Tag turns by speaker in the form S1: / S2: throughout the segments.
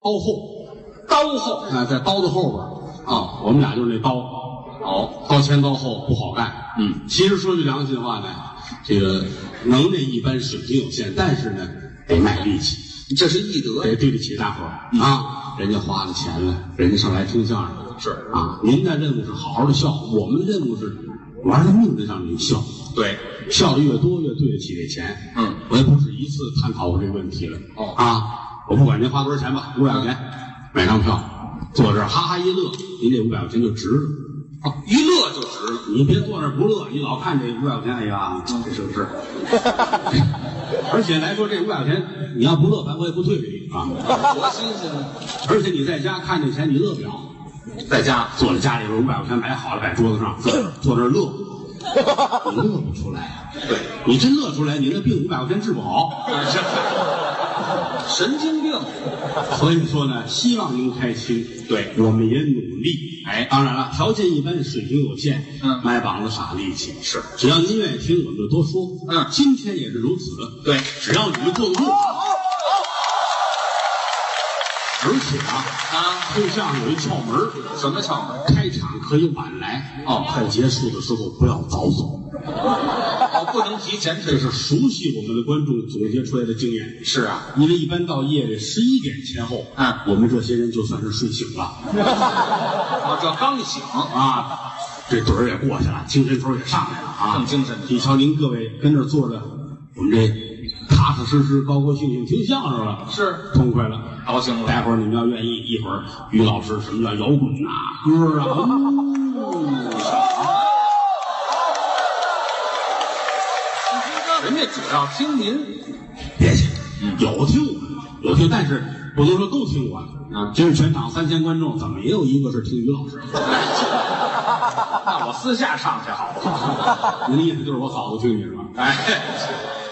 S1: 包后，
S2: 刀后，
S1: 啊，在刀的后边儿啊，我们俩就是那刀，
S2: 好，
S1: 刀前刀后不好干。
S2: 嗯，
S1: 其实说句良心话呢，这个能耐一般，水平有限，但是呢，得卖力气，
S2: 这是义德
S1: 得
S2: 呀，
S1: 对得起大伙
S2: 嗯
S1: 儿啊。人家花了钱了，人家上来听相声
S2: 是
S1: 啊。您的任务是好好的笑，我们任务是玩了命的让你笑，
S2: 对，
S1: 笑的越多越对得起这钱。
S2: 嗯，
S1: 我也不止一次探讨过这个问题了。
S2: 哦
S1: 啊，我不管您花多少钱吧，五百块钱买张票，坐这儿哈哈一乐，您这五百块钱就值了。
S2: 哦一乐就值了，
S1: 你别坐那儿不乐，你老看这五百块钱，哎呀，
S2: 嗯
S1: 这是不 是？而且来说，这五百块钱你要不乐，反正我也不退给你啊。
S2: 多新鲜呢！
S1: 而且你在家看这钱，你乐不了。
S2: 在家
S1: 坐在家里边，五百块钱摆好了，摆桌子上，坐那儿乐，你乐不出来啊。
S2: 对，
S1: 你真乐出来，你那病五百块钱治不好。
S2: 啊这神经病，
S1: 所以说呢，希望您开心，
S2: 对
S1: 我们也努力。
S2: 哎
S1: 当然了，条件一般，水平有限，
S2: 嗯
S1: 卖膀子傻力气
S2: 是
S1: 只要您愿意听，我们就多说。
S2: 嗯
S1: 今天也是如此。
S2: 对
S1: 只要你们做得住，而且啊，
S2: 啊，
S1: 听相声有一窍门儿
S2: 什么窍门？
S1: 开场可以晚来
S2: 哦
S1: 快结束的时候不要早走，
S2: 哦，不能提前
S1: 这
S2: 退
S1: 是
S2: 是
S1: 熟悉我们的观众总结出来的经验。
S2: 是啊，
S1: 因为一般到夜里十一点前后，
S2: 嗯
S1: 我们这些人就算是睡醒了
S2: 哦，这刚醒，
S1: 啊，这盹儿也过去了，精神头儿也上来了啊，
S2: 更精神了
S1: 你瞧您各位跟这儿坐着，我们这踏踏实实、高高兴兴听相声了，
S2: 是
S1: 痛快了。
S2: 高兴了，
S1: 待会儿你们要愿意，一会儿于老师什么叫摇滚呐、歌啊， 嗯
S2: 人家主要听您，
S1: 别去，有听我，有听，但是不能说都听我。
S2: 嗯
S1: 今儿全场三千观众，怎么也有一个是听于老师的。
S2: 那我私啊下上去好不好？
S1: 您的意思就是我嫂子听你是吧？
S2: 哎，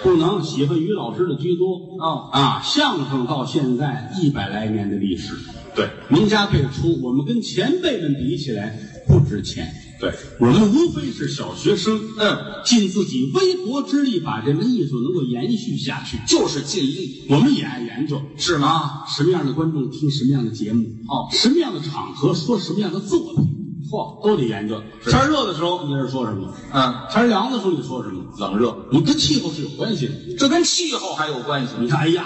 S1: 不能喜欢于老师的居多。
S2: 哦
S1: 啊，相声到现在一百来年的历史，
S2: 对
S1: 名家辈出，我们跟前辈们比起来不值钱。
S2: 对，
S1: 我们无非是小学生，
S2: 嗯，
S1: 尽自己微薄之力把这门艺术能够延续下去。
S2: 就是尽力，
S1: 我们也爱研究，
S2: 是吗？
S1: 什么样的观众听什么样的节目，
S2: 哦
S1: 什么样的场合说什么样的作品，
S2: 嚯，
S1: 都得研究。
S2: 是
S1: 天儿热的时候你在这说什么？
S2: 嗯，
S1: 天儿凉的时候你说什么？
S2: 冷热，
S1: 你跟气候是有关系的。
S2: 这跟气候还有关系。
S1: 你看，哎呀，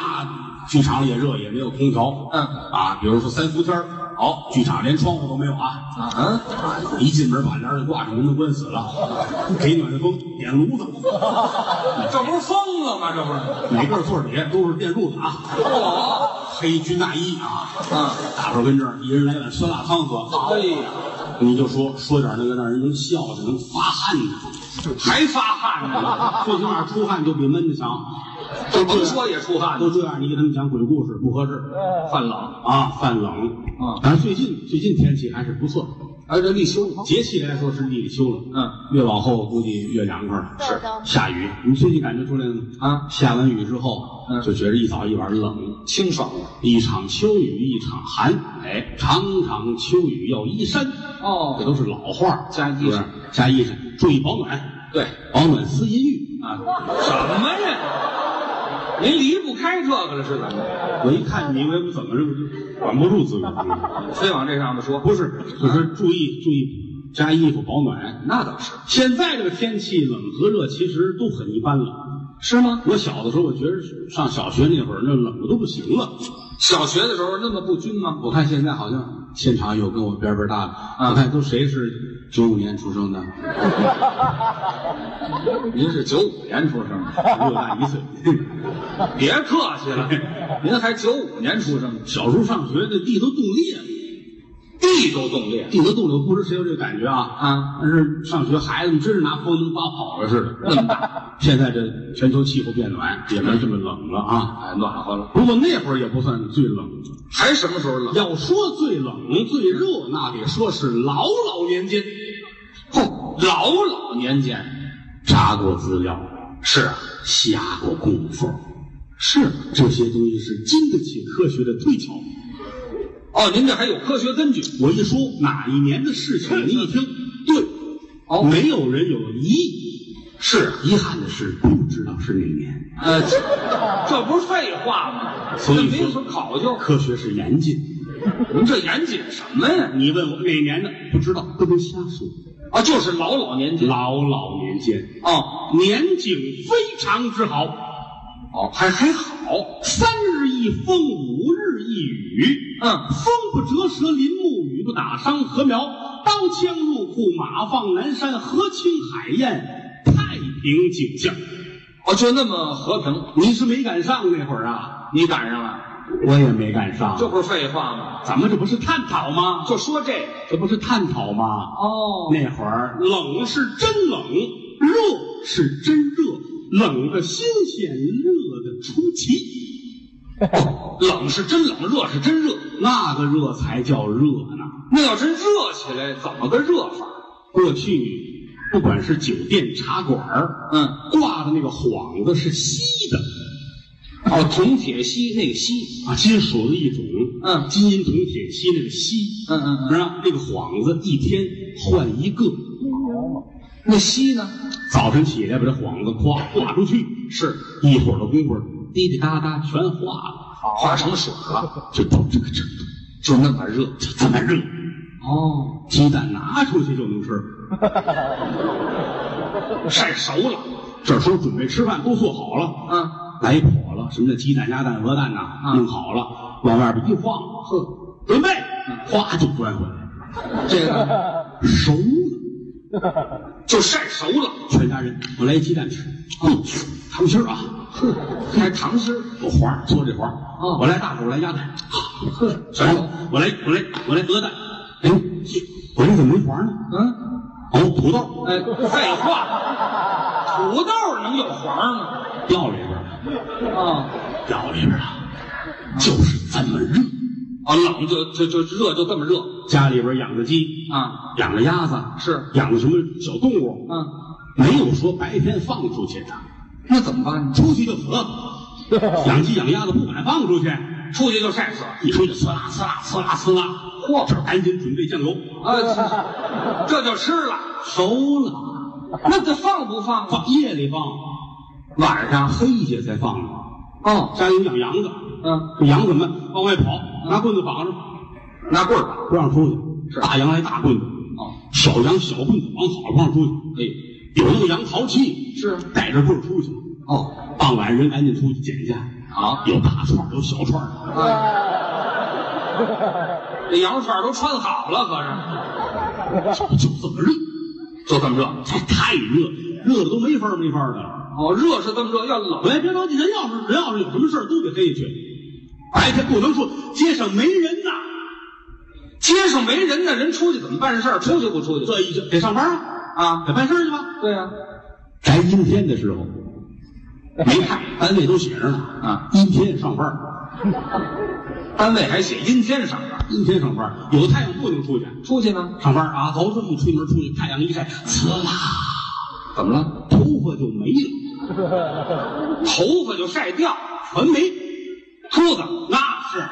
S1: 剧场里也热，也没有空调。
S2: 嗯
S1: 啊，比如说三伏天儿好，剧场连窗户都没有啊。
S2: 啊，嗯，
S1: 啊，一进门把帘儿就挂上，门都关死了，给暖风，点炉子，
S2: 这不是疯了吗？这不是？啊
S1: 每个座儿底下都是电褥子啊，
S2: 嚯，
S1: 黑军大衣啊，
S2: 啊，
S1: 大伙儿跟这儿一人来碗酸辣汤喝，好
S2: 哎呀，
S1: 你就说说点那个让人能笑的、能发汗的，
S2: 还发汗呢，
S1: 最起码出汗就比闷的强。
S2: 就甭说也出汗
S1: 都
S2: 了，
S1: 这样，你给他们讲鬼故事不合适
S2: 犯冷。
S1: 啊，犯冷
S2: 啊
S1: 但是最近最近天气还是不错，
S2: 哎，这立秋
S1: 节气来说是立立秋了，
S2: 嗯，
S1: 越往后估计越凉快了。
S3: 是
S1: 下雨，你最近感觉出来了吗？
S2: 啊，
S1: 下完雨之后，
S2: 嗯
S1: 就觉着一早一晚冷，
S2: 清爽了。
S1: 一场秋雨一场寒，哎，场场秋雨要衣衫，
S2: 哦
S1: 这都是老话儿
S2: 加衣
S1: 是
S2: 裳
S1: 不是加衣裳，注意保暖，
S2: 对
S1: 保暖思淫欲。
S2: 啊，什么呀？您离不开这个了是怎么着？
S1: 我一看你，我怎么是管不住自个儿？
S2: 非往这上面 说，
S1: 不是，就是注意注意加衣服保暖。
S2: 那倒是，
S1: 现在这个天气冷和热其实都很一般了。
S2: 是吗？
S1: 我小的时候，我觉得上小学那会儿，那冷的都不行了。
S2: 小学的时候那么不均吗？
S1: 我看现在好像现场有跟我边儿边儿大的，
S2: 嗯
S1: 我看都谁是九五年出生 的，
S2: 您是九五年出生的，
S1: 比我大一岁。
S2: 别客气了，您还九五年出生的，
S1: 小时候上学，那地都冻裂了，
S2: 地都冻裂
S1: 地都冻裂，不知谁有这个感觉啊？
S2: 啊，
S1: 但是上学孩子们真是拿风能刮跑了似的，那么 大。现在这全球气候变暖，也没这么冷了啊。
S2: 哎，暖和了。
S1: 不过那会儿也不算最冷，
S2: 还什么时候冷？
S1: 要说最冷最热，那得说是老老年间。
S2: 嚯，老老年间
S1: 查过资料，
S2: 是啊，
S1: 下过功夫，是啊这些东西是经得起科学的推敲。
S2: 哦，您这还有科学根据
S1: 我一说哪一年的事情，您一听，对，
S2: 哦
S1: 没有人有疑义，
S2: 是啊，
S1: 遗憾的是，不知道是哪年。
S2: 呃，这这不是废话吗？
S1: 所以
S2: 这
S1: 说
S2: 没什么考究，
S1: 科学是严谨，
S2: 您这严谨什么呀？
S1: 你问我哪年的不知道，不能瞎说。
S2: 啊，就是老老年间
S1: 老老年间，
S2: 哦
S1: 年景非常之好，
S2: 哦，还还好，
S1: 三日一风，五日一雨。
S2: 嗯
S1: 风不折舌，林木；雨不打伤禾苗。刀枪入库，马放南山；河清海晏，太平景象。
S2: 哦，就那么和平，
S1: 你是没赶上那会儿啊？
S2: 你赶上了，
S1: 我也没赶上
S2: 这
S1: 这
S2: 不是废话吗？
S1: 咱们这不是探讨吗？
S2: 就说这个
S1: 这不是探讨吗？
S2: 哦
S1: 那会儿冷是真冷，热是真热，冷的新鲜，热的出奇。
S2: 冷是真冷，热是真热。
S1: 那个热才叫热呢。
S2: 那要真热起来，怎么个热法？
S1: 过去不管是酒店、茶馆儿，
S2: 嗯，
S1: 挂的那个幌子是锡的
S2: 哦，铜铁锡那个锡，
S1: 啊，金属的一种，
S2: 嗯
S1: 金银铜铁锡那个锡，
S2: 嗯嗯嗯
S1: 是吧？那个幌子一天换一个，
S2: 那锡呢？
S1: 早晨起来把这幌子咵挂出去，
S2: 是
S1: 一会儿的功夫滴滴答答全化了，
S2: 化成水了，
S1: 就到这个程度，
S2: 就那么热。
S1: 就这么热，
S2: 哦，
S1: 鸡蛋拿出去就 能吃。
S2: 晒熟了。
S1: 这时候准备吃饭都做好了，
S2: 嗯，
S1: 来火了，什么叫鸡蛋、鸭蛋、鹅蛋呐、
S2: 啊
S1: 弄好了，往外边一晃，
S2: 嗯
S1: 呵，准备，哗就端回来了，
S2: 这个
S1: 熟了。
S2: 就晒熟 了，
S1: 全家人，我来一鸡蛋吃，嗯，糖心儿啊，呵，
S2: 还糖心儿。
S1: 有黄儿搓这黄儿，
S2: 哦
S1: 我来大口，我来鸭蛋，呵，
S2: 全有
S1: 我来我来我来鹅蛋，哎，我这怎么没黄儿呢？
S2: 嗯，
S1: 哦，土豆
S2: 哎，废话，土豆能有黄吗？
S1: 掉里边了，
S2: 啊，
S1: 掉里边了，就是这么热。
S2: 啊，冷就就就热就这么热
S1: 家里边养着鸡，
S2: 啊？
S1: 养着鸭子，
S2: 是
S1: 养着什么小动物，
S2: 嗯，
S1: 没有说白天放出去的，
S2: 那怎么办呢？
S1: 出去就 死。养鸡养鸭子不敢放出去，
S2: 出去就晒死。
S1: 一出去呲啦呲啦呲啦呲啦，嚯！这儿赶紧准备酱油，
S2: 啊，这就吃了，
S1: 熟了，
S2: 那这放不放啊？
S1: 放夜里放，晚上黑些才放呢。
S2: 哦，
S1: 家里有养羊的，
S2: 嗯，
S1: 这羊怎么往外跑？拿棍子绑着，
S2: 拿棍儿吧。
S1: 不让出去。
S2: 是
S1: 大羊来大棍子，
S2: 哦，
S1: 小羊小棍子绑好了不让出去。
S2: 哎，
S1: 有那个羊淘气，
S2: 是
S1: 带着棍儿出去了。
S2: 哦，
S1: 傍晚人赶紧出去捡去，
S2: 好，
S1: 有大串儿有小串儿
S2: 啊，这羊肉串儿都穿好了，可
S1: 就这么热。
S2: 是就这么热。
S1: 这太热，热的都没法没法的了。哎
S2: 哦，热是这么热，要冷
S1: 喂，别着急，人要是人要是有什么事儿都得黑下去。白天不能说街上没人呐，
S2: 街上没人呢，人出去怎么办事儿？出去不出去？
S1: 这一就得上班啊，
S2: 啊，
S1: 得办事儿去吧。
S2: 对啊呀，
S1: 来阴天的时候，没看单位都写着呢
S2: 啊，
S1: 阴天上班儿，
S2: 单位还写阴天上班，
S1: 阴天上班儿，有太阳不能出去。
S2: 出去呢？
S1: 上班儿啊，头这么一出门出去，太阳一晒，呲啦，
S2: 怎么了？
S1: 头发就没了，
S2: 头发就晒掉，
S1: 全没。
S2: 秃子
S1: 那是，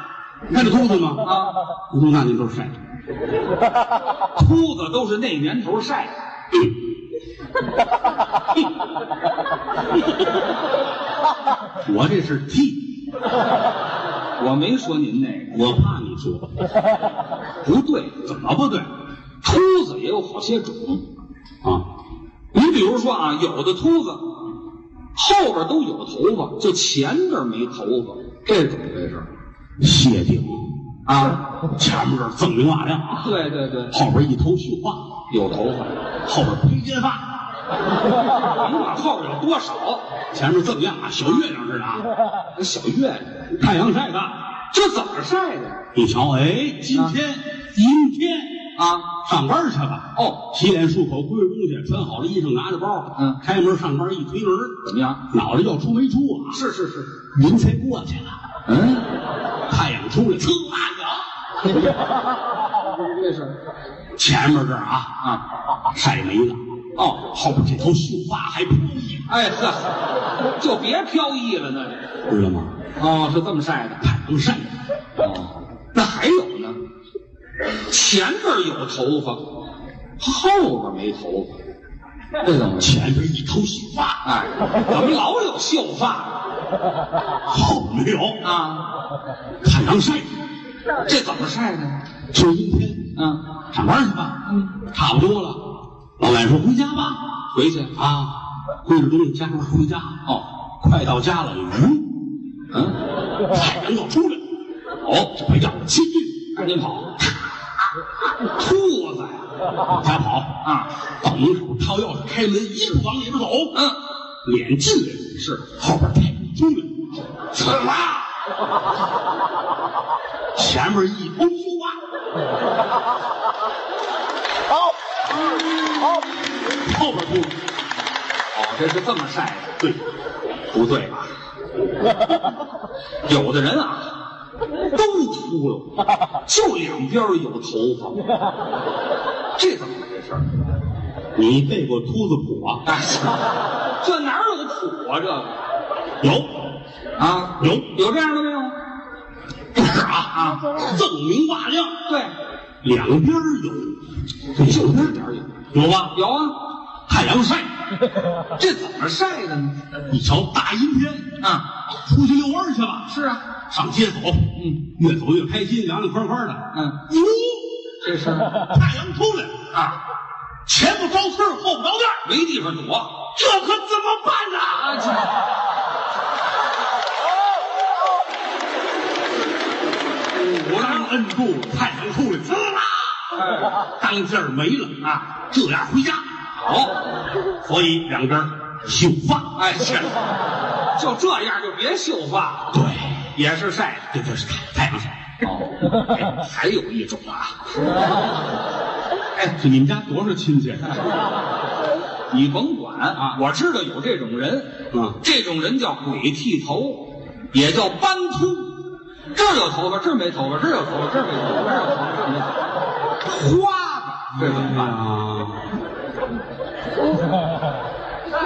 S1: 你看这秃子吗？
S2: 啊，
S1: 秃子那您说晒，
S2: 秃子都是那年头晒的。
S1: 我这是剃，
S2: 我没说您那个
S1: 我怕你说。
S2: 不对，
S1: 怎么不对？
S2: 秃子也有好些种。
S1: 啊，
S2: 你比如说啊，有的秃子后边都有头发，就前边没头发，这怎么回事
S1: 谢顶，
S2: 啊？
S1: 前面这儿锃明瓦亮啊，
S2: 对对对，
S1: 后边一头秀发，
S2: 有头发，
S1: 后边披肩发，
S2: 甭管后边有多少，
S1: 前面锃亮啊，小月亮似的啊，
S2: 那小月亮，
S1: 太阳晒的。
S2: 这怎么晒的
S1: 你瞧，哎，今天阴天，
S2: 啊？
S1: 上班去吧。
S2: 哦，
S1: 洗脸漱口，归置东西，穿好了衣裳，拿着包，
S2: 嗯
S1: 开门上班，一推门，
S2: 怎么样？
S1: 脑袋要出没出啊？
S2: 是是是，
S1: 您才过去了，
S2: 嗯，
S1: 太阳出来，呲啦凉。
S2: 这是
S1: 前面这儿啊，
S2: 啊，
S1: 晒没了，
S2: 哦，
S1: 后边这头秀发还飘逸，
S2: 哎呵，就别飘逸了那里。
S1: 知道吗？
S2: 哦，是这么晒的。
S1: 太阳晒。
S2: 哦， 那还有呢？前边有头发，后边没头发，这怎么回事？
S1: 前边一头秀发，
S2: 哎，怎么老有秀发
S1: 后边没有，
S2: 啊？
S1: 太阳晒着，
S2: 这怎么晒的呀？
S1: 就是阴天，
S2: 啊，
S1: 上班去吧，嗯，差不多了。老板说回家吧，
S2: 回去
S1: 啊，归置东西，加班回家。
S2: 哦，
S1: 快到家了，嗯，
S2: 嗯，
S1: 太阳要出来，哦，这回让我亲运，
S2: 赶紧跑，兔子呀！
S1: 往家跑
S2: 啊，
S1: 到门口掏钥匙开门，一步往里边走，
S2: 嗯，
S1: 脸进来
S2: 是
S1: 后边太阳进来，怎么？前面一头秀发，
S3: 好，好，
S1: 后边秃子，
S2: 哦，这是这么晒的，
S1: 对，
S2: 不对吧？有的人啊，都秃了，就两边有头发，这怎么回事？
S1: 你背过秃子谱啊？
S2: 哎， 这哪有的土啊？这个
S1: 有，
S2: 啊，
S1: 有
S2: 有这样的没有？
S1: 这是啊啊，锃明瓦亮，
S2: 对，
S1: 两边有，就那点儿有，有吧？
S2: 有啊，
S1: 太阳晒，
S2: 这怎么晒的呢？
S1: 一瞧大阴天，
S2: 啊，
S1: 出去遛弯儿去吧，
S2: 是啊，
S1: 上街走，
S2: 嗯，
S1: 越走越开心，凉凉快快的，
S2: 嗯，
S1: 哟，
S2: 这是
S1: 太阳出来，
S2: 啊，
S1: 前不着村儿后不着店儿，
S2: 没地方躲
S1: 这可怎么办呢？
S2: 啊！这
S1: 我刚摁住太阳出来，滋啦，当劲儿没了啊！这样回家好，所以两边儿秀发，
S2: 哎，这就这样就别秀发了，
S1: 对，
S2: 也是晒的。
S1: 这就是太太阳晒。
S2: 哦，哎还有一种啊，
S1: 哎，这你们家多少亲戚？
S2: 你甭管
S1: 啊
S2: 我知道有这种人，
S1: 嗯
S2: 这种人叫鬼剃头，也叫斑秃，这儿有头发，这儿没头发，这儿有头发，这儿没头发，这儿有头发，这儿没头发，花吧，这怎么办？
S1: 啊，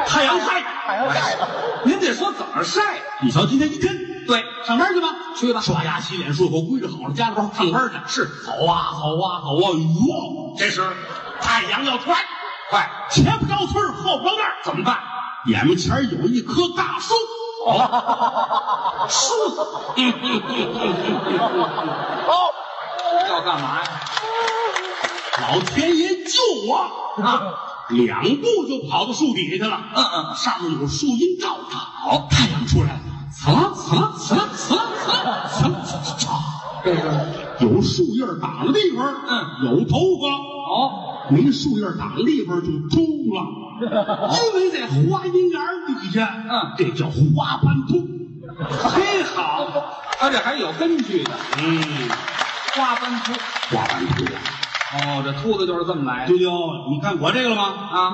S1: 太阳晒，
S3: 太阳晒的，
S2: 您得说怎么晒，
S1: 你瞧今天阴天，
S2: 对，
S1: 上班去吧，
S2: 去吧
S1: 刷牙洗脸漱口，归置好了，家里边儿上班去。是，走啊，走啊，走啊！哟，这时太阳要出来，
S2: 快，
S1: 前不着村儿后不着店儿，
S2: 怎么办？
S1: 眼门前儿有一棵大树。
S2: 梳子
S3: 好，
S2: 要干嘛呀？
S1: 老天爷救我！
S2: 啊，
S1: 两步就跑到树底下去了。
S2: 嗯嗯
S1: 上面有树荫照着，好，太阳出来了。呲啦呲啦呲啦呲啦呲啦呲啦呲啦，
S2: 这是
S1: 有树叶挡的地方，
S2: 嗯，
S1: 有头发；
S2: 哦，
S1: 没树叶挡的地方就秃了，因为在花阴眼儿底下，
S2: 嗯
S1: 这叫花斑秃。
S2: 嘿好，他这还有根据的，
S1: 嗯，
S2: 花斑秃。
S1: 花斑秃啊，
S2: 哦，这秃子就是这么来的
S1: 丢丢，你看我这个了吗？
S2: 啊！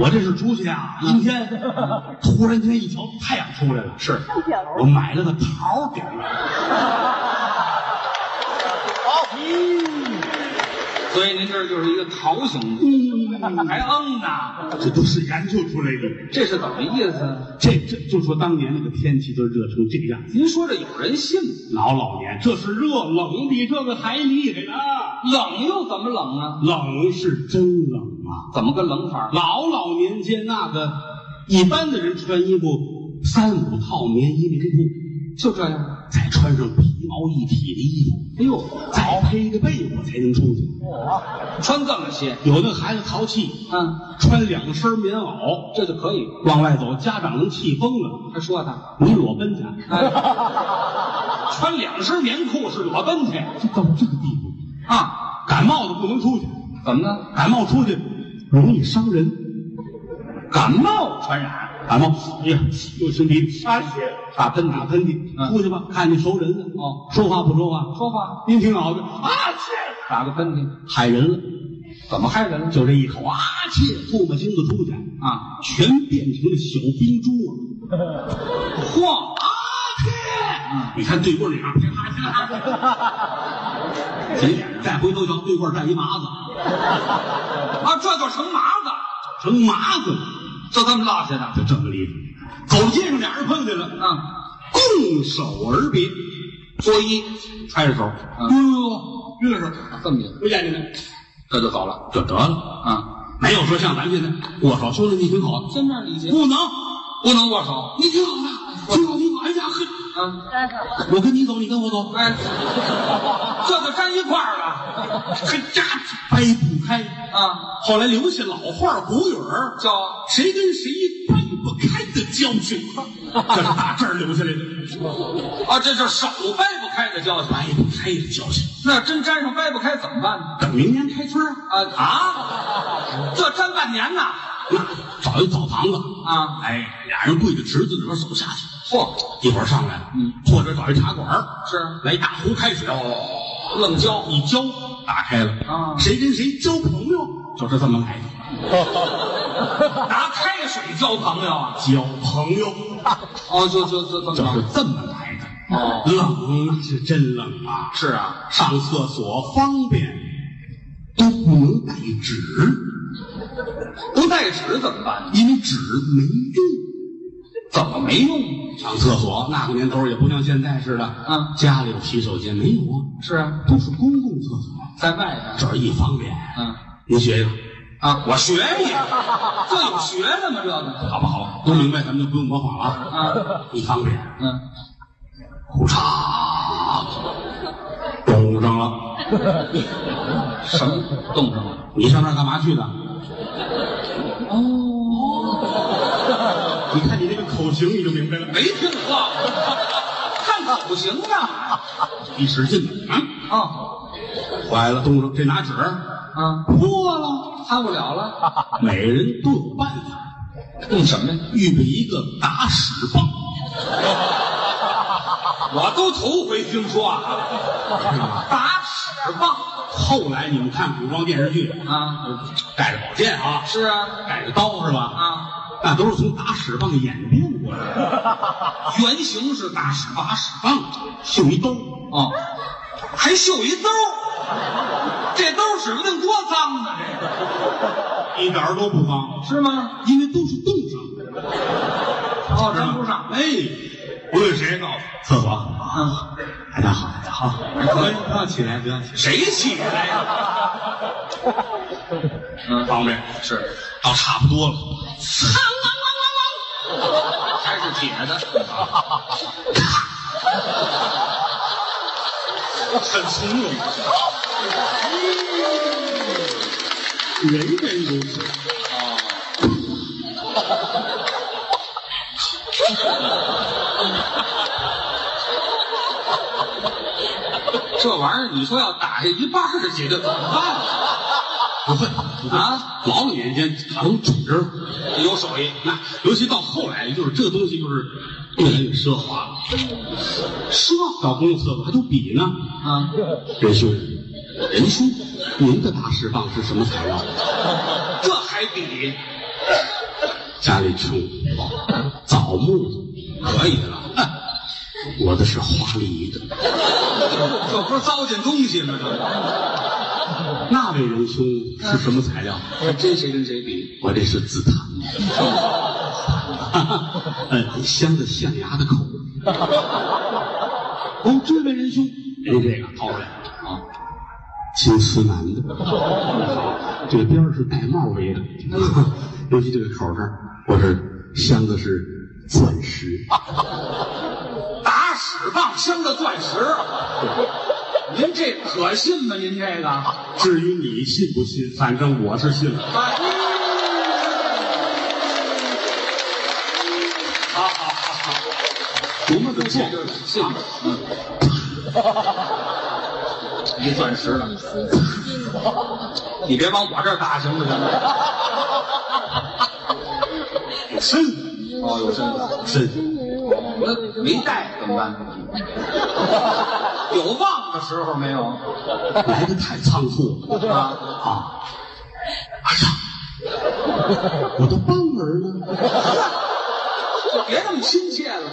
S1: 我这是出去啊，阴 天，突然间一瞧太阳出来了，是我买了个桃顶儿，
S3: 好，
S2: 所以您这就是一个桃形的，
S1: 嗯，
S2: 还嗯呢，
S1: 这都是研究出来的。
S2: 这是怎么意思？
S1: 这这就说当年那个天气都热成这个样子，
S2: 您说这有人信吗？
S1: 老老年这是热，冷比这个还厉害呢。
S2: 冷又怎么冷啊？
S1: 冷是真冷啊！
S2: 怎么个冷法？
S1: 老老年间那个一般的人穿衣服三五套棉衣棉裤，
S2: 就这样。
S1: 再穿上皮毛一体的衣服，
S2: 哎呦，
S1: 再披个被窝才能出去。
S2: 穿这么些，
S1: 有的孩子淘气，
S2: 嗯，
S1: 穿两身棉袄
S2: 这就可以。
S1: 往外走，家长能气疯了。
S2: 还说他，
S1: 你裸奔去，
S2: 哎，穿两身棉裤是裸奔去
S1: 这到这个地步，
S2: 啊？
S1: 感冒的不能出去，
S2: 怎么呢？
S1: 感冒出去容易伤人。
S2: 感冒传染？
S1: 感冒，哎呀，又生鼻，哎呀，打喷嚏，打喷嚏，
S2: 嗯
S1: 出去吧，看见熟人了，
S2: 哦，
S1: 说话不说话，
S2: 说话，
S1: 您挺好的，啊切，
S2: 打个喷嚏，
S1: 害人了，
S2: 怎么害人了？
S1: 就这一口啊切，唾沫星子出去，
S2: 啊，
S1: 全变成了小冰珠
S2: 嚯！
S1: 啊，啊切，你看对过脸 上，啪啪啪啪。谁脸上？再回头瞧，对过站一麻子，
S2: 啊，这就成麻子，
S1: 成麻子了，
S2: 就这么落下的。
S1: 就这么厉害。走街上，俩人碰见了，
S2: 啊，
S1: 拱手而别，
S2: 作揖，
S1: 揣着手，
S2: 嗯
S1: 哟、嗯，约着手，
S2: 这么一个，
S1: 不见你们，
S2: 这就走了。
S1: 就得了。
S2: 啊，
S1: 没有说像咱现在握手，兄弟你挺好的，
S2: 见面礼节
S1: 不能，
S2: 不能握手。
S1: 你挺好的，挺好挺好。哎呀，呵
S2: 啊，
S1: 我跟你走，你跟我走，
S2: 哎， 这就粘一块儿了
S1: 还扎掰不开。
S2: 啊，
S1: 后来留下老话古语儿，
S2: 叫
S1: 谁跟谁掰不开的交情，这是大这儿留下来的，
S2: 啊，这叫手掰不开的交情。
S1: 掰不开的交情。
S2: 那真粘上掰不开怎么办呢？
S1: 等明年开春儿
S2: 啊
S1: 啊，
S2: 这粘半年呐！
S1: 那找一澡堂子
S2: 啊
S1: 哎，俩人跪着池子里边手下去，
S2: 嚯，
S1: 一会儿上来了，
S2: 嗯，
S1: 或者找一茶馆儿
S2: 是
S1: 来一大壶开水，哦
S2: 愣交
S1: 一浇打开了
S2: 啊
S1: 谁跟谁交朋友就是这么来的。
S2: 拿开水交朋友啊？
S1: 交朋友
S2: 哦，就就就
S1: 就
S2: 这
S1: 是
S2: 么着。
S1: 这么来的。
S2: 哦
S1: 冷那是真冷啊！
S2: 是啊，
S1: 上厕所方便都不能带纸，
S2: 不带纸怎么办呢？
S1: 因为纸没用。
S2: 怎么没用？
S1: 上厕所那个年头也不像现在似的，
S2: 嗯
S1: 家里有洗手间没有啊？
S2: 是啊，
S1: 都是公共厕所，
S2: 在外边。
S1: 这儿一方便。
S2: 嗯，
S1: 您学一个
S2: 啊，我学你，这有学的吗？这个
S1: 好不好？都明白，咱们就不用模仿了啊。
S2: 啊，
S1: 一方便，
S2: 嗯，
S1: 裤衩冻上了。
S2: 什么动上了？
S1: 你上那儿干嘛去的？哦， 你看你这个口型，你就明白了。
S2: 没听话， 看口型啊。
S1: 一使劲，啊，
S2: 啊
S1: 坏了，冻上这拿纸
S2: 啊，
S1: 破了。
S2: 擦不了 了。
S1: 每人都有办法，
S2: 用什么呀？
S1: 预备一个打屎棒，
S2: 我都头回听说啊，
S1: 知道吧？
S2: 打屎棒
S1: 后来你们看古装电视剧，
S2: 啊，
S1: 带着宝剑啊，
S2: 是啊
S1: 带着刀是吧？，
S2: 啊，
S1: 那都是从打屎棒演变过来的。
S2: 原型是打屎棒
S1: 打屎棒绣一兜，
S2: 啊，还绣一兜儿，这兜儿指不定多脏呢，这个
S1: 一点儿都不脏，
S2: 是吗？
S1: 因为都是冻上的。
S2: 哦，粘不上。
S1: 哎，无论谁到厕所，
S2: 啊，
S1: 大家好，大家好，可以不要起来，不要起来，
S2: 谁起来呀？嗯，
S1: 方便
S2: 是，
S1: 到差不多了，
S2: 还是铁的。
S1: 很从容。人人如此，
S2: 这玩意儿，你说要打下一半儿去，这怎么办？
S1: 不会
S2: 啊
S1: 啊，老老年间打成纸
S2: 有手艺，
S1: 那尤其到后来，就是这个东西就是越来越奢华了，奢到公共厕所还都比呢。
S2: 啊，
S1: 仁兄，仁兄，您的大石棒是什么材料？
S2: 这还比
S1: 家里穷，枣木头可以了。哎我的是花梨的。
S2: 这不是糟践东西吗？这
S1: 那位仁兄是什么材料？
S2: 个，哎这谁跟谁比？
S1: 我这是紫檀 的。嗯，镶的象牙的口。哦，这位仁兄，您这个掏出来啊，金丝楠的，这个边儿是带帽围的， 尤其这个口这儿，我是镶的是钻石。
S2: 打屎棒镶的钻石，啊您这可信吗？您这个，
S1: 至于你信不信，反正我是信了。
S2: 哎
S1: 多么的
S2: 这
S1: 壮
S2: 就是信吗？一钻石了，你别往我这儿打行不行？
S1: 深
S2: 哦，有身份。
S1: 深，
S2: 我没带怎么办？有忘的时候没有
S1: 来的太仓促了
S2: 啊？
S1: 啊！哎呀，我的棒儿呢？
S2: 就别那么亲切了。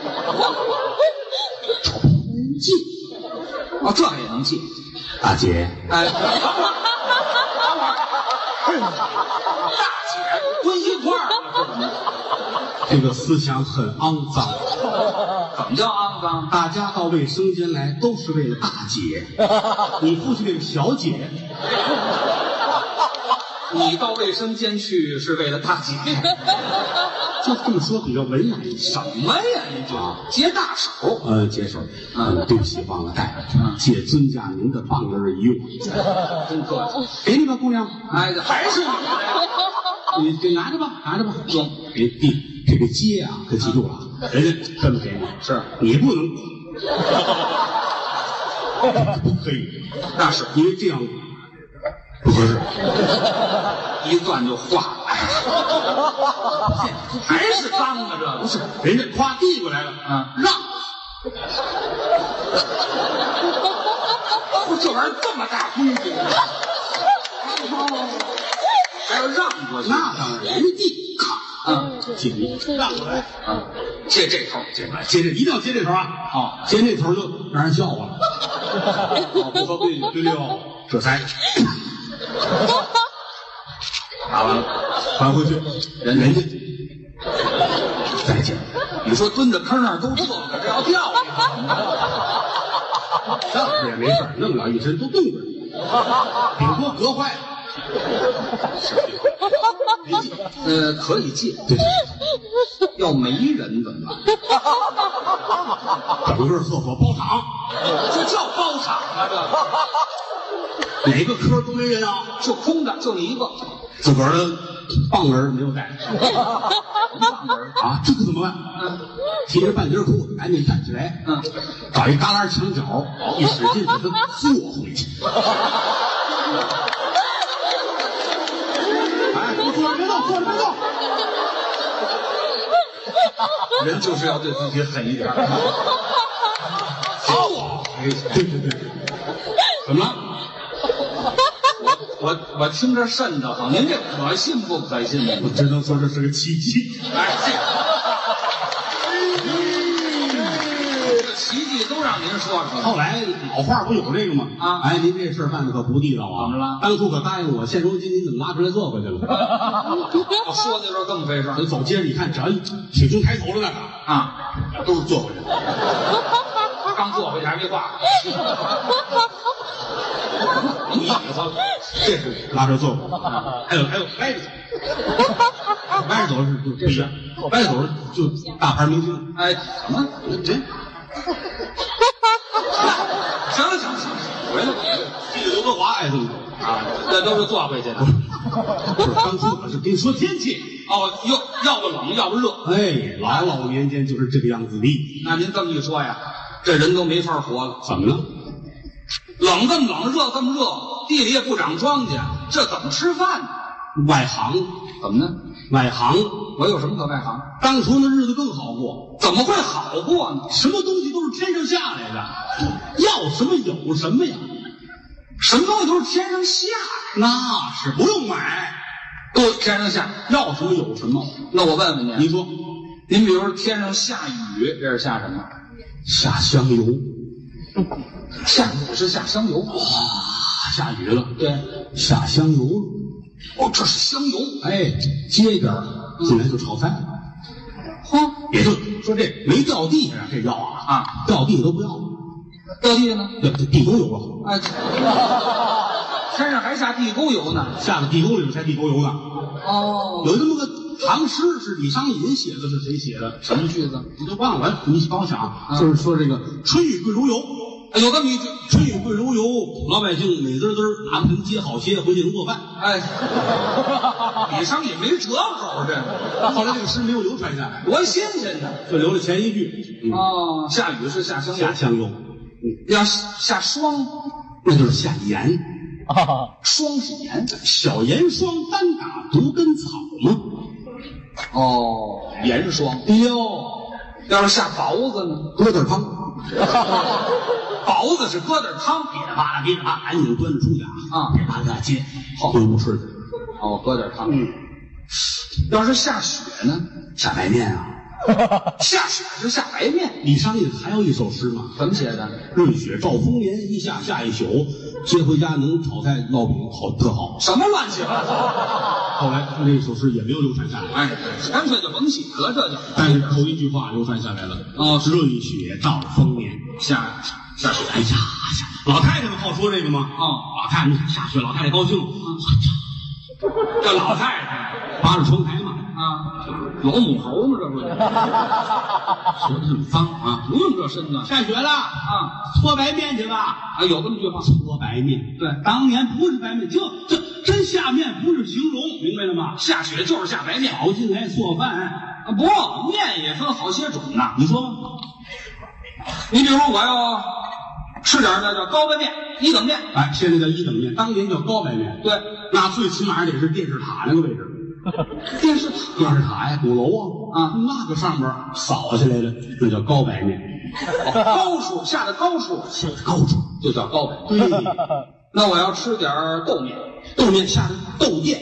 S1: 记，
S2: 哦，这也能记？
S1: 大姐，
S2: 哎，等会儿，等会儿，大姐蹲一块儿了，
S1: 这个思想很肮脏。
S2: 怎么叫肮脏？
S1: 大家到卫生间来都是为了大姐，你父亲那个小姐，
S2: 你到卫生间去是为了大姐？
S1: 就这么说比较文雅一些。
S2: 什么呀？你
S1: 啊
S2: 就接大手，
S1: 呃，解手，嗯，对不起，忘了带了
S2: 嗯，
S1: 借尊家您的棒子儿一用，
S2: 真客气。
S1: 给你吧，姑娘，
S2: 哎，还是你
S1: 你给拿着吧，拿着吧，
S2: 用
S1: 给递这个接啊，可记住了，啊，人家这么给你，
S2: 是
S1: 你不能， 不可以，
S2: 大手
S1: 因为这样不合适。
S2: 一攥就化了，还是脏的这不是
S1: 人家夸递过来了，
S2: 啊
S1: 让，
S2: 不是这玩意儿这么大规矩，还要让过去，
S1: 那当然，人家递，咔，
S2: 啊，
S1: 接你，让过来，
S2: 借这头，借这头
S1: 接这一定要接这头啊，
S2: 好
S1: 接那头就让人笑话 了，啊
S2: 不合规矩，
S1: 对六，这才 打完了，还回去，人人家再见，
S2: 你说蹲在坑那儿都这个，这要掉下去
S1: 这也没事儿，弄不了一身都冻着呢，顶多隔坏了。
S2: 呃，可以借，
S1: 对，
S2: 要没人怎么办？
S1: 整个厕所包场，
S2: 这叫包场啊！
S1: 哪个科都没人啊，
S2: 这就空的，就你一个，
S1: 自个儿的棒儿没 有带啊，这可怎么办？提着半截裤子，赶紧站起来，
S2: 嗯，
S1: 找一旮旯墙角，一使劲给他坐回去。 哎，别坐，别动，坐着别动。
S2: 人就是要对自己狠一点儿。
S1: 哎，对对对，怎么了？
S2: 我 我听着瘆得慌，您这可信不可信呢？
S1: 我只能说这是个奇迹。
S2: 哎，这这奇迹都让您说出
S1: 后
S2: 来，
S1: 来老话不有这个吗？
S2: 啊
S1: 哎，您这事儿办的可不地道啊！
S2: 怎么了
S1: 当初可答应我，现如今您怎么拉出来坐回去了？
S2: 我说的时候更费事
S1: 我
S2: 儿
S1: 走街上一看，只要一挺胸抬头了呢，
S2: 啊！
S1: 都是坐回去了。
S2: 刚坐回去还没话，你说
S1: 这是拉着坐过，还有还有歪着走，歪着走是就不一样，歪着走就大牌明星。
S2: 哎，什么？
S1: 哎，
S2: 行了行了行了，回来吧
S1: 这个刘德华爱这么走。
S2: 啊，那都是坐回去的。
S1: 不是，当初我是跟你说天气，
S2: 哦，要要不冷，要不热。
S1: 哎，老老年间就是这个样子的。
S2: 那您这么一说呀，这人都没法活了。
S1: 怎么了？
S2: 冷这么冷，热这么热，地里也不长庄稼，这怎么吃饭呢？
S1: 外行，
S2: 怎么呢？
S1: 外行，
S2: 我有什么可外行？
S1: 当初那日子更好过，
S2: 怎么会好过呢？
S1: 什么东西都是天上下来的，要什么有什么呀。
S2: 什么东西都是天上下来
S1: 那是不用买，
S2: 的，都天上下。
S1: 要什么有什么。
S2: 那我问问您，
S1: 您说，
S2: 您比如说天上下雨，这是下什么？
S1: 下香油，
S2: 下雨是下香油。
S1: 啊，下雨了，
S2: 对，
S1: 下香油了。
S2: 哦，这是香油。
S1: 哎，接一点儿进来就炒菜，
S2: 嚯，
S1: 嗯也就说这没掉地上这药啊
S2: 啊，
S1: 掉地上都不要了，
S2: 掉地呢？
S1: 对，地沟油了，
S2: 哎，天上还下地沟油呢。
S1: 下到地沟里边才地沟油呢。
S2: 哦，
S1: 有这么个唐诗是李商隐写的，是谁写的？
S2: 什么句子？
S1: 我都忘了，你帮我想啊，就是说这个春雨贵如油，
S2: 哎有这么一句，
S1: 春雨贵如油，老百姓美滋滋儿，拿盆接好些，回去能做 饭。
S2: 哎， 李商隐没折口这，
S1: 后来这个诗没有流传下来，
S2: 多新鲜呢！
S1: 就留了前一句，嗯
S2: 哦，下雨是下香油
S1: 下，香油，嗯
S2: 要下霜，
S1: 那就是下盐，
S2: 霜是盐。
S1: 小盐霜单打独根草嘛。
S2: 哦，盐霜。
S1: 哟，
S2: 要是下雹子呢？
S1: 疙瘩汤，
S2: 雹子是疙瘩汤。
S1: 噼里啪啦噼里啪啦，赶紧端着出去啊
S2: 啊！
S1: 噼里啪啦接，好回屋吃去。
S2: 哦，疙瘩汤。
S1: 嗯，
S2: 要是下雪呢？
S1: 下白面啊！
S2: 下雪是下白面。
S1: 李商隐还有一首诗嘛，
S2: 怎么写的？
S1: 《润雪兆丰年》，一下下一宿，接回家能炒菜烙饼，好特好。
S2: 什么乱七八糟！
S1: 后来他这首诗也没有流传下来，
S2: 哎，干脆就甭写了，这就
S1: 但是头一句话流传下来了。啊
S2: 哦
S1: 是润雪兆丰年。
S2: 下下雪。
S1: 哎呀，下老太太们好说这个吗？
S2: 哦嗯
S1: 老太太们下雪，老太太高兴。
S2: 这老太太
S1: 扒着窗台嘛，
S2: 啊，老母猴嘛，这 不是？
S1: 说的很脏啊。
S2: 不用这身子
S4: 上学了
S2: 啊
S4: 搓白面去吧。
S2: 啊，有这么句话，
S4: 搓白面，
S2: 对
S4: 当年不是白面，就这真下面不是形容，明白了吗？
S2: 下雪就是下白面。
S4: 跑进来做饭，
S2: 啊，不，面也分好些种呢。
S4: 你说吧，
S2: 你比如我要吃点儿那叫高白面、一等面，
S1: 哎，现在叫一等面，当年叫高白面。
S2: 对，
S1: 那最起码得是电视塔那个 位置，电视塔电视塔呀，鼓楼啊
S2: 啊
S1: 那个上面扫下来的那叫高白面，
S2: 高数下的高数
S1: 下的高处。
S2: 就叫高白面。
S1: 对，
S2: 那我要吃点儿豆面，
S1: 豆面下的豆店，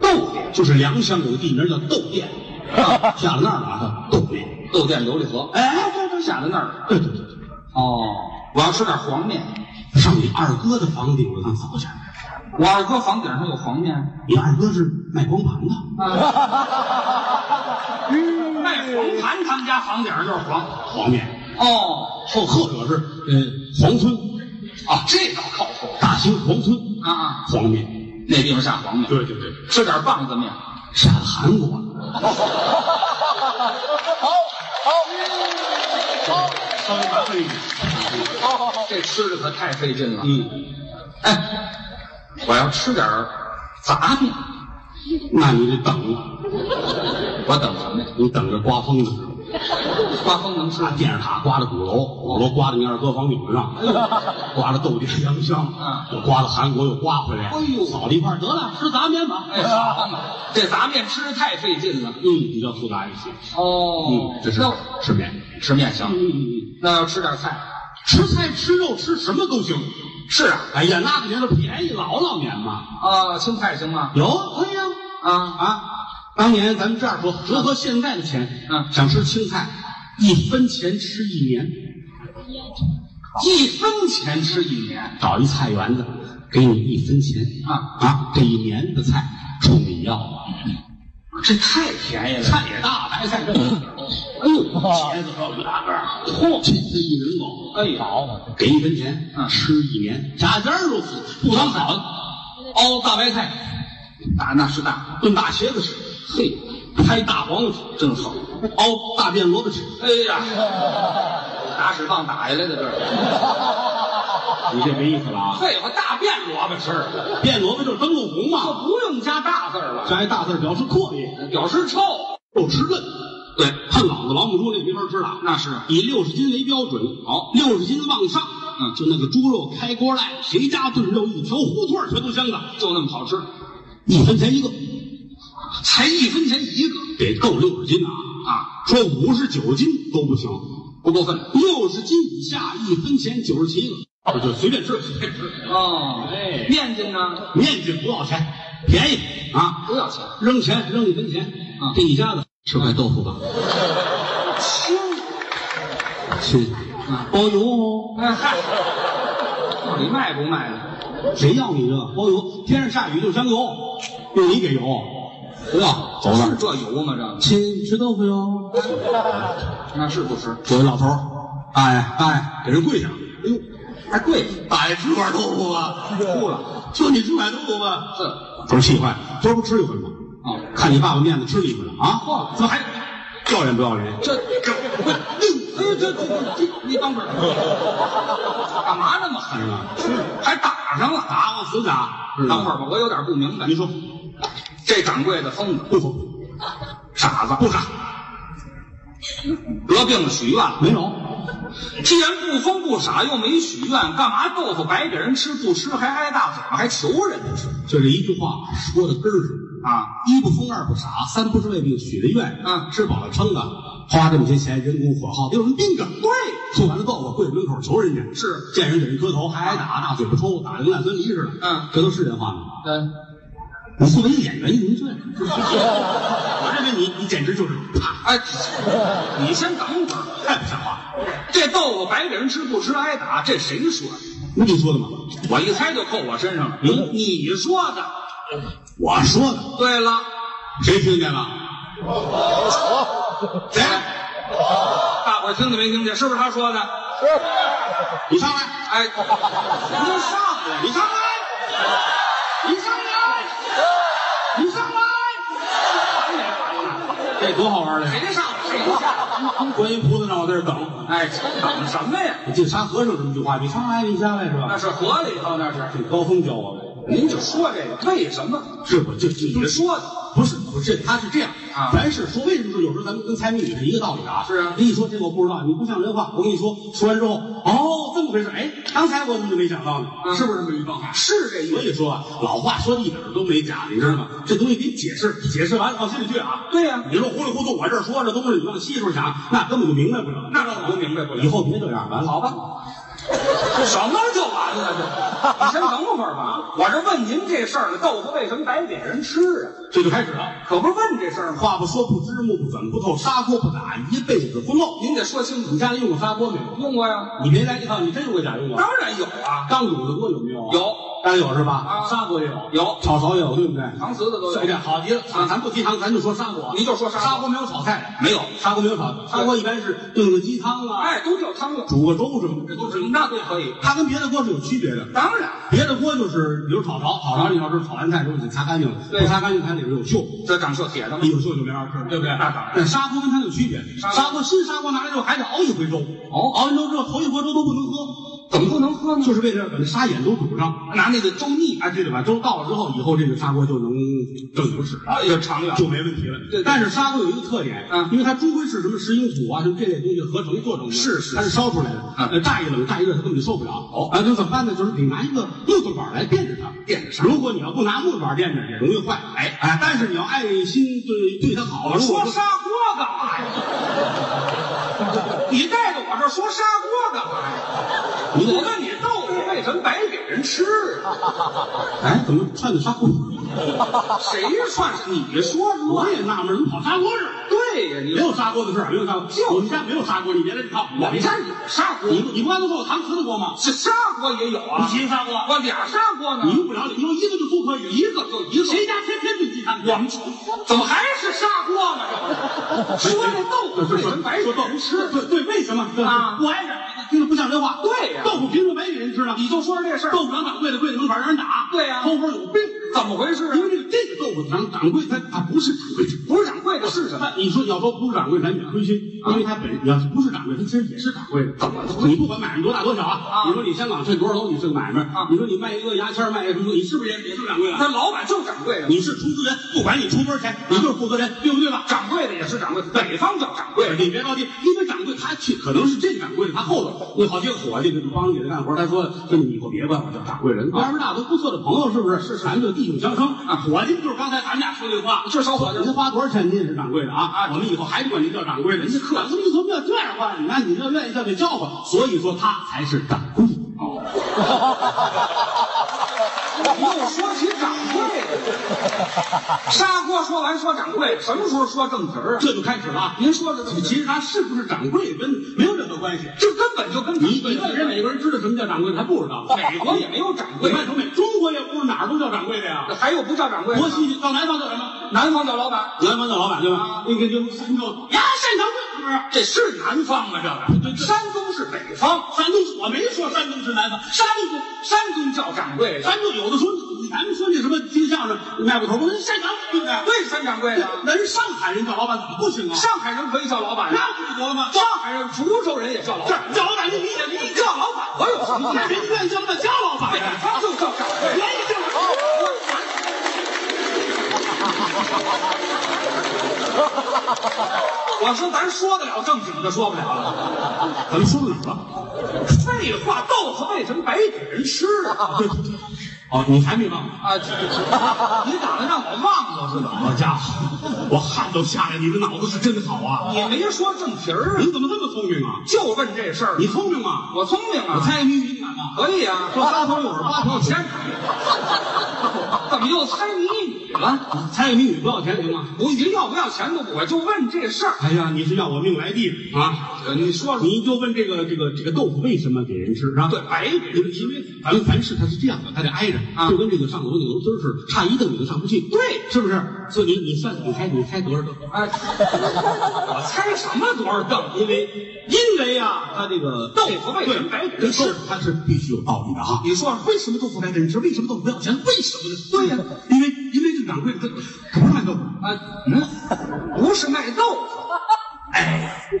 S1: 豆店就是良乡有个地名叫豆店，啊，下了那儿了啊，豆店。
S2: 豆店琉璃河，
S1: 哎，
S2: 这都下在那儿了。
S1: 对对对对，
S2: 哦，我要吃点黄面，
S1: 上你二哥的房顶子上扫去。
S2: 我二哥房顶上有黄面，
S1: 你二哥是卖光盘的，
S2: 卖黄盘，他们家房顶上就是黄。
S1: 黄面，
S2: 哦，
S1: 或或者是呃黄村，
S2: 啊，这倒靠谱
S1: 大兴黄村
S2: 啊啊，
S1: 黄面。
S2: 那地方下黄面，
S1: 对对对，
S2: 吃点棒子面。
S1: 下了韩国了，稍微麻烦一点。
S2: 这吃着可太费劲了。
S1: 嗯，
S2: 哎，我要吃点儿杂面，
S1: 那你得等了，
S2: 我等什么呀？
S1: 你等着刮风的时候。
S2: 刮风能吃哎
S1: 那电视塔刮到鼓楼，鼓楼刮到你二哥房顶子上， 刮到豆店洋香，
S2: 嗯
S1: 又刮到韩国，又刮回来，
S2: 哎呦
S1: 扫到一块儿得了，吃杂面吧。
S2: 哎，好嘛这杂面吃着太费劲了。
S1: 嗯，比较复杂一些。
S2: 哦
S1: 嗯，这是
S2: 那
S1: 吃面。
S2: 吃面行
S1: 嗯，嗯嗯，
S2: 那要吃点菜。
S1: 吃菜吃肉吃什么都行。
S2: 是啊，
S1: 哎呀，那个年头便宜老老年嘛，
S2: 啊，青菜行吗？
S1: 有可以啊
S2: 啊，
S1: 啊！当年咱们这样说，折合现在的钱，
S2: 嗯
S1: 想吃青菜，一分钱吃一年，
S2: 哎一分钱吃一年，
S1: 找一菜园子，给你一分钱
S2: 啊
S1: 啊，这一年的菜冲你要，
S2: 这太便宜了。
S1: 菜也大，白菜更大，哎 呦，茄子和大个儿，嚯，这是一人狗，
S2: 哎呀，
S1: 给一分钱，
S2: 嗯
S1: 吃一年，家家如此，不当好的。
S2: 熬哦大白菜，大那是大，
S1: 炖大茄子吃，
S2: 嘿，
S1: 拍大黄瓜吃，
S2: 真好。
S1: 熬大便萝卜吃。
S2: 哎呀，打屎棒打下来的这是。
S1: 你这没意思了啊！
S2: 废话，大便萝卜吃，
S1: 变萝卜就是灯笼红
S2: 可
S1: 嘛，
S2: 不用加大字儿了，
S1: 加一大字表示阔爷，
S2: 表示臭。
S1: 又吃嫩。
S2: 对，
S1: 看老子老母猪那没法吃了，
S2: 那是
S1: 以六十斤为标准，好，六十斤往上，啊
S2: 嗯
S1: 就那个猪肉开锅来，谁家炖肉一条胡同全都香的，
S2: 就那么好吃，
S1: 一分钱一个，
S2: 才一分钱一个
S1: 得够六十斤啊！
S2: 啊，
S1: 说五十九斤都不行，
S2: 不过分。
S1: 六十斤以下一分钱九十七个，就就随便吃，随便吃。
S2: 哦，
S1: 哎
S2: 面筋呢？
S1: 面筋不要钱，便宜啊！
S2: 不要钱，
S1: 扔钱扔一分钱
S2: 啊
S1: 给你家的吃块豆腐吧，亲亲，包邮哦。
S2: 哎嗨，到底卖不卖呢？
S1: 谁要你这包邮？天上下雨就香油，用你给油，不要走
S2: 是
S1: 了。
S2: 这油吗？这
S1: 亲，吃豆腐哟。
S2: 那是不吃，
S1: 有一老头儿，大爷大爷，给人跪下。哎呦，
S2: 还贵。
S1: 大爷吃块豆腐吧，
S2: 哭了，
S1: 就你吃块豆腐吧。
S2: 这
S1: 不是气坏，今儿不吃一回吗？
S2: 啊
S1: 看你爸爸面子吃一回了啊？
S2: 嚯
S1: 怎么还要脸不要脸？
S2: 这这不，哎这这这你等会儿，干嘛那么
S1: 看着
S2: 狠？啊
S1: 吗？
S2: 还打上了？
S1: 打我死打！
S2: 等会
S1: 儿
S2: 儿吧，我有点不明白
S1: 啊你。说
S2: 这掌柜的疯子，
S1: 不服？
S2: 傻子，
S1: 不傻，
S2: 得病了许愿了。
S1: 没有，
S2: 既然不疯不傻又没许愿，干嘛豆腐白给人吃不吃还挨大嘴巴还求人家吃
S1: 就这一句话说到根儿上。
S2: 啊？
S1: 一不疯，二不傻，三不是胃病，许的愿，啊
S2: 嗯
S1: 吃饱了撑的，花这么些钱，人工火耗，得有人盯着。对，做完了豆腐，跪门口求人家，
S2: 是
S1: 见人给人磕头，还挨打，大嘴巴抽，打得跟烂酸梨似的。
S2: 嗯
S1: 这都是人话吗？
S2: 嗯，
S1: 你作为演员，您这， 我认为你你简直就是啪，
S2: 哎，你先等会儿，
S1: 太不像话了。
S2: 这豆腐白给人吃不吃挨打，这谁说的？
S1: 你说的吗？
S2: 我一猜就扣我身上了。
S1: 嗯
S2: 你说的。
S1: 我说的，
S2: 对了，
S1: 谁听见了？谁？
S2: 哎大伙儿听见没听见？是不是他说的？
S1: 你上来，
S2: 哎，您上来，
S1: 你上来，你上来，多好玩的呀！
S2: 谁上谁下？
S1: 观音菩萨让我在这儿等，哎
S2: 哎，等什么呀？
S1: 这沙和尚这么句话，你上来，你下来是
S2: 那
S1: 吧？
S2: 是河里头，那是。
S1: 这高峰教我们，
S2: 您就说这个为什么？
S1: 是我就你
S2: 就
S1: 这
S2: 说的
S1: 不是不是，他是这样
S2: 啊
S1: 凡事说为什么说有时候咱们跟猜谜语是一个道理的啊。
S2: 是啊
S1: 你一说这个我不知道，你不像人话，我跟你说，说完之后，哦，这么回事，哎，刚才我怎么就没想到呢？
S2: 嗯
S1: 是不是这么一状态？
S2: 是这
S1: 所
S2: 意
S1: 以说啊，老话说的一点儿都没假，你知道吗？这东西给你解释，解释完往心里去啊。
S2: 对呀
S1: 你说糊里糊涂，我这儿说这东西，你往细处想，那根本就明白不了。
S2: 那倒不明白不了
S1: 以后别这样，完
S2: 思。
S1: 了。
S2: 好吧，这什么就完了？这，你先等会儿吧。我这问您这事儿呢，豆腐为什么白给人吃啊？
S1: 这就开始了。
S2: 可不是问这事儿吗？
S1: 话不说不知，目不转不透，砂锅不打一辈子不漏。
S2: 您得说清楚
S1: 你。家里用过砂锅没有？
S2: 用过呀？
S1: 你别来一套，你真有个假用啊？
S2: 当然有啊，
S1: 钢煮的锅有没有啊？
S2: 有，
S1: 当然有是吧？
S2: 啊
S1: 砂锅也有，
S2: 有
S1: 炒勺也有，对不对？
S2: 搪瓷的都
S1: 这
S2: 有。
S1: 好极了啊！咱不提汤，咱就说砂锅。
S2: 你就说砂锅
S1: 砂锅没有炒菜，
S2: 没有
S1: 砂锅没有炒菜，砂锅一般是炖个鸡汤啊，
S2: 哎，都叫汤了，
S1: 煮个粥什么
S2: 这
S1: 的，
S2: 都是那都可以。
S1: 它跟别的锅是有区别的。
S2: 当然，
S1: 别的锅就是，比如炒勺，炒勺你要是炒完菜之后你得擦干净了，
S2: 对
S1: 不擦干净它里边有锈，
S2: 这长锈铁的吗
S1: 一？有锈就没法吃了，对不对？
S2: 那当然
S1: 但砂锅跟它有区别，
S2: 砂锅
S1: 砂锅新砂锅拿来之后还得熬一回粥，
S2: 哦
S1: 熬完粥之后头一回粥都不能喝，
S2: 怎么不能喝呢？
S1: 就是为了把这砂眼都堵上。
S2: 拿那个粥腻。
S1: 哎，对的，把粥倒了之后，以后这个砂锅就能正经使了，
S2: 啊，有长远
S1: 就没问题了。
S2: 对对
S1: 但是砂锅有一个特点，
S2: 嗯
S1: 因为它终归是什么石英土啊，什么这类东西合成做成的，
S2: 是是
S1: 它是烧出来的。
S2: 嗯
S1: 呃，乍一冷乍一热，它根本就受不了。
S2: 哦
S1: 啊，那怎么办呢？就是你拿一个木头板来垫着它，
S2: 垫着它
S1: 如果你要不拿木头板垫着，也容易坏。哎哎，但是你要爱心对对它好，啊如果
S2: 说
S1: 不
S2: 砂锅干嘛呀？你带着我这说砂锅干嘛呀？
S1: 你
S2: 我问你，豆腐为什么白给人吃啊？
S1: 哎，怎么串的砂锅？
S2: 谁串是你说的
S1: 我
S2: 乱？
S1: 也纳闷，怎么跑砂锅这儿了？
S2: 对呀，你
S1: 没有砂锅的事儿，没有砂锅，
S2: 就是
S1: 我们家没有砂锅，你别来这套。
S2: 我们家有砂锅
S1: 你，不你不刚才说我搪瓷的锅吗？
S2: 这砂锅也有啊。
S1: 你砂锅
S2: 我俩砂锅呢？
S1: 你用不了，你用一个就足可以。
S2: 一个就一个，
S1: 谁家天天炖鸡汤？我们
S2: 怎么还是砂锅呢？这不是说这豆腐为什么白给人吃？
S1: 对对，为什么
S2: 啊
S1: 我挨着，听着不像人话。
S2: 对呀
S1: 豆腐凭什么白给人吃呢？
S2: 你就说这事儿，
S1: 豆腐厂掌柜的跪在门口让人打，
S2: 对呀
S1: 偷风有病。
S2: 怎么回事啊？
S1: 因为这个这个豆腐厂掌柜他他不是掌柜的。
S2: 不是掌柜的是什么？
S1: 那你说要说不是掌柜，咱也亏心，因为他本你要是不是掌柜，他其实也是掌柜的。
S2: 怎么了
S1: 你不管买卖多大多小啊
S2: 啊
S1: 你说你香港这多少楼你是个买卖
S2: 啊
S1: 你说你卖一个牙签儿卖一个什么，你是不是也也是掌柜的？
S2: 那老板就是掌柜的，
S1: 你是出资人，不管你出多少钱，你就是负责人，对不对吧？
S2: 掌柜的也是掌柜，北方叫掌柜
S1: 对，你别着急，因为掌柜他去可能是这掌柜他后头有好几个伙计就帮你干活，他说：“那你以后别管我叫掌柜人，
S2: 啊
S1: 要不然大都不错的朋友，是不是？是咱们就弟兄相称
S2: 啊
S1: 伙计就是刚才咱们俩说那话，
S2: 就是小伙计
S1: 人家花多少钱您也是掌柜的啊？我们以后还管您叫掌
S2: 啊
S1: 柜的，您可不你怎么要这样话？你看你这愿意叫就叫吧，所以说他才是掌柜。
S2: 哦你又说起掌柜的，砂锅说完说掌柜，什么时候说正题儿啊？
S1: 这就开始了啊。
S2: 您说这怎么
S1: 其实他是不是掌柜跟没有任何关系。
S2: 这根本就跟
S1: 你你问人哪个人知道什么叫掌柜，他不知道。
S2: 美国也没有掌
S1: 你
S2: 柜，
S1: 哦看中美，中国也不是哪儿都叫掌柜的呀。
S2: 还有不叫掌柜的
S1: 多
S2: 呢？
S1: 新鲜！到南方叫什么？
S2: 南方叫老板，
S1: 南方叫老板对吧？那个就山东呀，山东是不是？
S2: 这是南方啊，这个
S1: 对对
S2: 山东是北方，
S1: 山东我没说山东是南方，山东
S2: 山东叫掌柜的，
S1: 山东有的时候咱们说那什么听相声卖过头，我人山东对不啊对？
S2: 对，山掌柜的。
S1: 那人上海人叫老板怎么不行啊？
S2: 上海人可以叫老板呀，
S1: 那不就得了吗？
S2: 上海人、福州人也叫老
S1: 这
S2: 板。
S1: 儿叫老板就理解理
S2: 你
S1: 解，
S2: 叫老板，我有什么意
S1: 那
S2: 见？
S1: 人家愿意叫老板叫老板
S2: 北
S1: 呀，
S2: 方就叫掌
S1: 愿
S2: 柜，
S1: 意叫老板。
S2: 我说咱说得了正经的，说不了了。
S1: 咱们说哪儿了？
S2: 废话，豆腐为什么白给人吃啊？
S1: 哦，你还没忘呢？
S2: 啊，你打算让我忘了是吧？
S1: 好家伙，我汗都下来，你的脑子是真好啊！
S2: 你没说正题儿啊，
S1: 你怎么这么聪明啊？
S2: 就问这事儿。
S1: 你聪明吗？
S2: 我聪明啊，
S1: 我猜谜语你敢吗？
S2: 可以啊。
S1: 说仨头有人八头有
S2: 我先，怎么又猜谜语了？
S1: 猜个谜语不要钱行吗？
S2: 我您要不要钱都不管，就问这事儿。呃
S1: 哎呀，你是要我命来地啊！
S2: 你说说，
S1: 你就问这个这个这个豆腐为什么给人吃啊？
S2: 对，白给
S1: 因为
S2: 人
S1: 因为咱们凡事它是这样的，它得挨着，
S2: 啊
S1: 就跟这个上楼那楼墩似的，差一凳你都上不去，
S2: 对
S1: 是不是？所以你你算你猜你猜多少凳？
S2: 哎，我猜什么多少凳？
S1: 因为因为啊，它这个
S2: 豆腐为什么白给
S1: 这
S2: 人
S1: 豆
S2: 吃？
S1: 腐它是必须有道理的啊。
S2: 你说说，
S1: 为什么豆腐白给人吃？为什么豆腐不要钱？为什么呢？
S2: 对呀
S1: 因为因为这掌柜的，他他不是卖豆腐，
S2: 啊，嗯，不是卖豆腐，哎，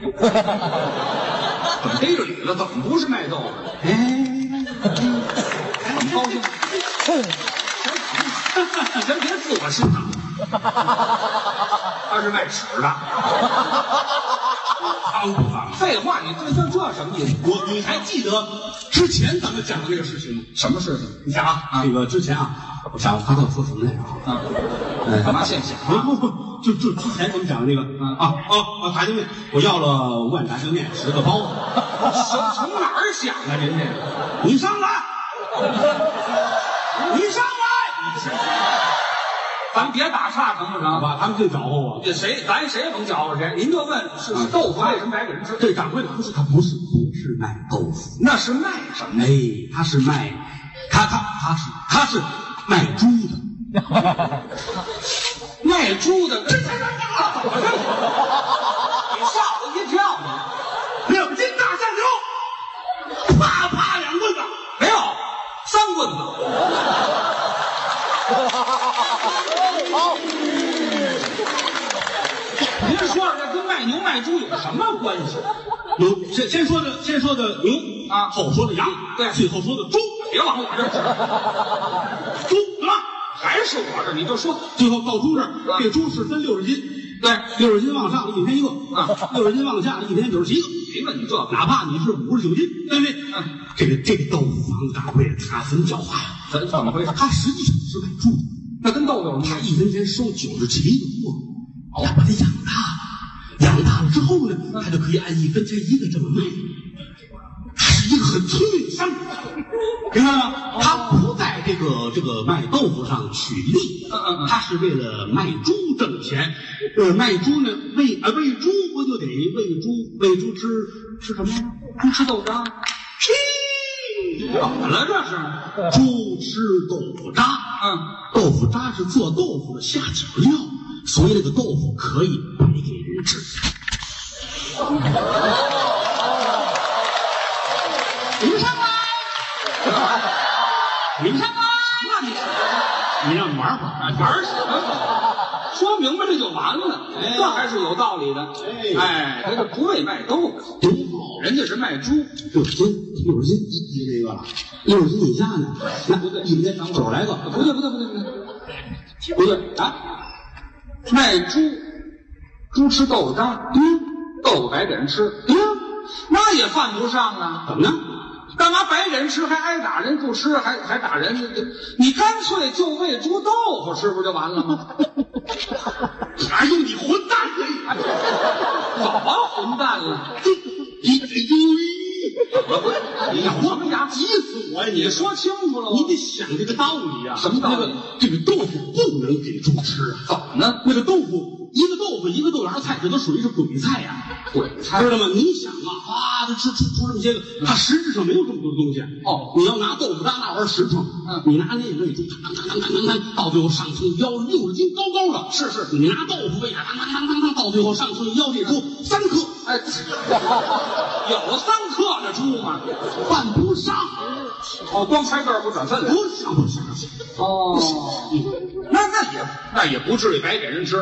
S2: 怎么逮着你了？怎么不是卖豆腐？哎，怎么高 兴？咱别自我欣赏，他是卖屎的。
S1: 脏不脏？
S2: 废话，你这这这什么意思？
S1: 我你还记得之前咱们讲过这个事情吗？
S2: 什么事情？
S1: 你想啊，这个之前啊，我想他要说什么来着？
S2: 啊，
S5: 哎
S2: 干嘛现想？
S1: 啊不不，就就之前我们讲的那个
S2: 嗯
S1: 啊啊啊炸酱面，我要了五碗炸酱面，十个包子。
S2: 从从哪儿想啊？您这个
S1: 你上来，你上来，
S2: 咱别打岔成不
S1: 好
S2: 成？
S1: 吧？他们最啊搅和我。
S2: 这谁咱谁也甭搅和谁。您就问是是豆腐为什么白给人吃？
S1: 这掌柜的不是他
S5: 不是不是卖豆腐，
S2: 那是卖什么？
S1: 哎，他是卖，他他他是他是卖猪的。
S2: 卖猪的。这这这这怎么着？你吓我一跳！
S1: 两斤大酱油，啪啪两棍子。
S2: 没有，三 棍子。您说这跟卖牛卖猪有什么关系？
S1: 牛，先先说的先说的牛
S2: 啊
S1: 后说的羊，
S2: 对
S1: 最后说的猪，
S2: 别往我这儿指。
S1: 猪对吧？
S2: 还是我这，你就说
S1: 最后到猪这儿
S2: 啊，
S1: 这猪是分六十斤，
S2: 对
S1: 六十斤往上一天一个
S2: 啊，
S1: 六十斤往下一天九十七个。
S2: 谁问你这个？
S1: 哪怕你是五十九斤，对不对？
S2: 嗯
S1: 这个这个豆腐房子掌柜的他很狡猾，
S2: 怎怎么回事？
S1: 他实际上是卖猪的，
S2: 那跟豆豆有什么
S1: 他
S2: 关系？
S1: 一分钱收九十七个猪，他把它养大，养大了之后呢，他就可以按一分钱一个这么卖。他是一个很聪明的商人，明白吗？他不在这个这个卖豆腐上取利
S2: 嗯嗯嗯，
S1: 他是为了卖猪挣钱。呃，卖猪呢，喂啊喂猪不就得喂猪喂猪吃吃什么呀？
S2: 不吃豆渣？
S1: 屁！
S2: 怎么了这是？
S1: 猪吃豆腐渣，
S2: 嗯，
S1: 豆腐渣是做豆腐的下脚料，所以那个豆腐可以白给人吃。你们上来，你们上来，
S2: 那你
S1: 你让玩会儿。
S2: 玩什么？说明白了就完了，
S1: 哎
S2: 这还是有道理的。哎
S1: 哎，
S2: 他这不为卖豆腐，
S1: 多好，
S2: 人家是卖猪。
S1: 六十斤，六十斤一斤这个了，六十斤以下呢？那不对，一斤九十来个，
S2: 不对不对不对不对，不对啊！卖猪，猪吃豆腐渣，嗯，豆腐白给人吃，
S1: 对呀，
S2: 那也犯不上啊。
S1: 怎么呢？
S2: 干嘛白给人吃还挨打？人不吃还还打人？你你干脆就喂猪豆腐吃不就完了吗？
S1: 哎呦，你混蛋！哎呦
S2: 怎么混蛋了？
S1: 你你哎
S2: 你咬什么牙？
S1: 急死我呀！
S2: 哎你说清楚了吗，
S1: 你得想这个道理呀、
S2: 什么道理
S1: 那个这个豆腐不能给猪吃
S2: 怎
S1: 啊！
S2: 么呢？
S1: 那个豆腐，一个豆腐，一个豆芽菜，这都属于是鬼菜呀、
S2: 鬼才
S1: 知道吗？你想啊，啊，它吃吃出这么些个，它实质上没有这么多东西。
S2: 哦
S1: 你要拿豆腐渣那玩意儿实诚，
S2: 嗯
S1: 你拿那个喂猪，当当当当当当，到最后上秤腰六十斤高高的，是是，你拿豆腐喂它，当当当当当，到最后上秤腰这猪三克，
S2: 哎， 有三克的猪吗？
S1: 犯不上，
S2: 哦，光猜个儿不转粪
S1: 不上不上。
S2: 哦，那那也那也不至于白给人吃。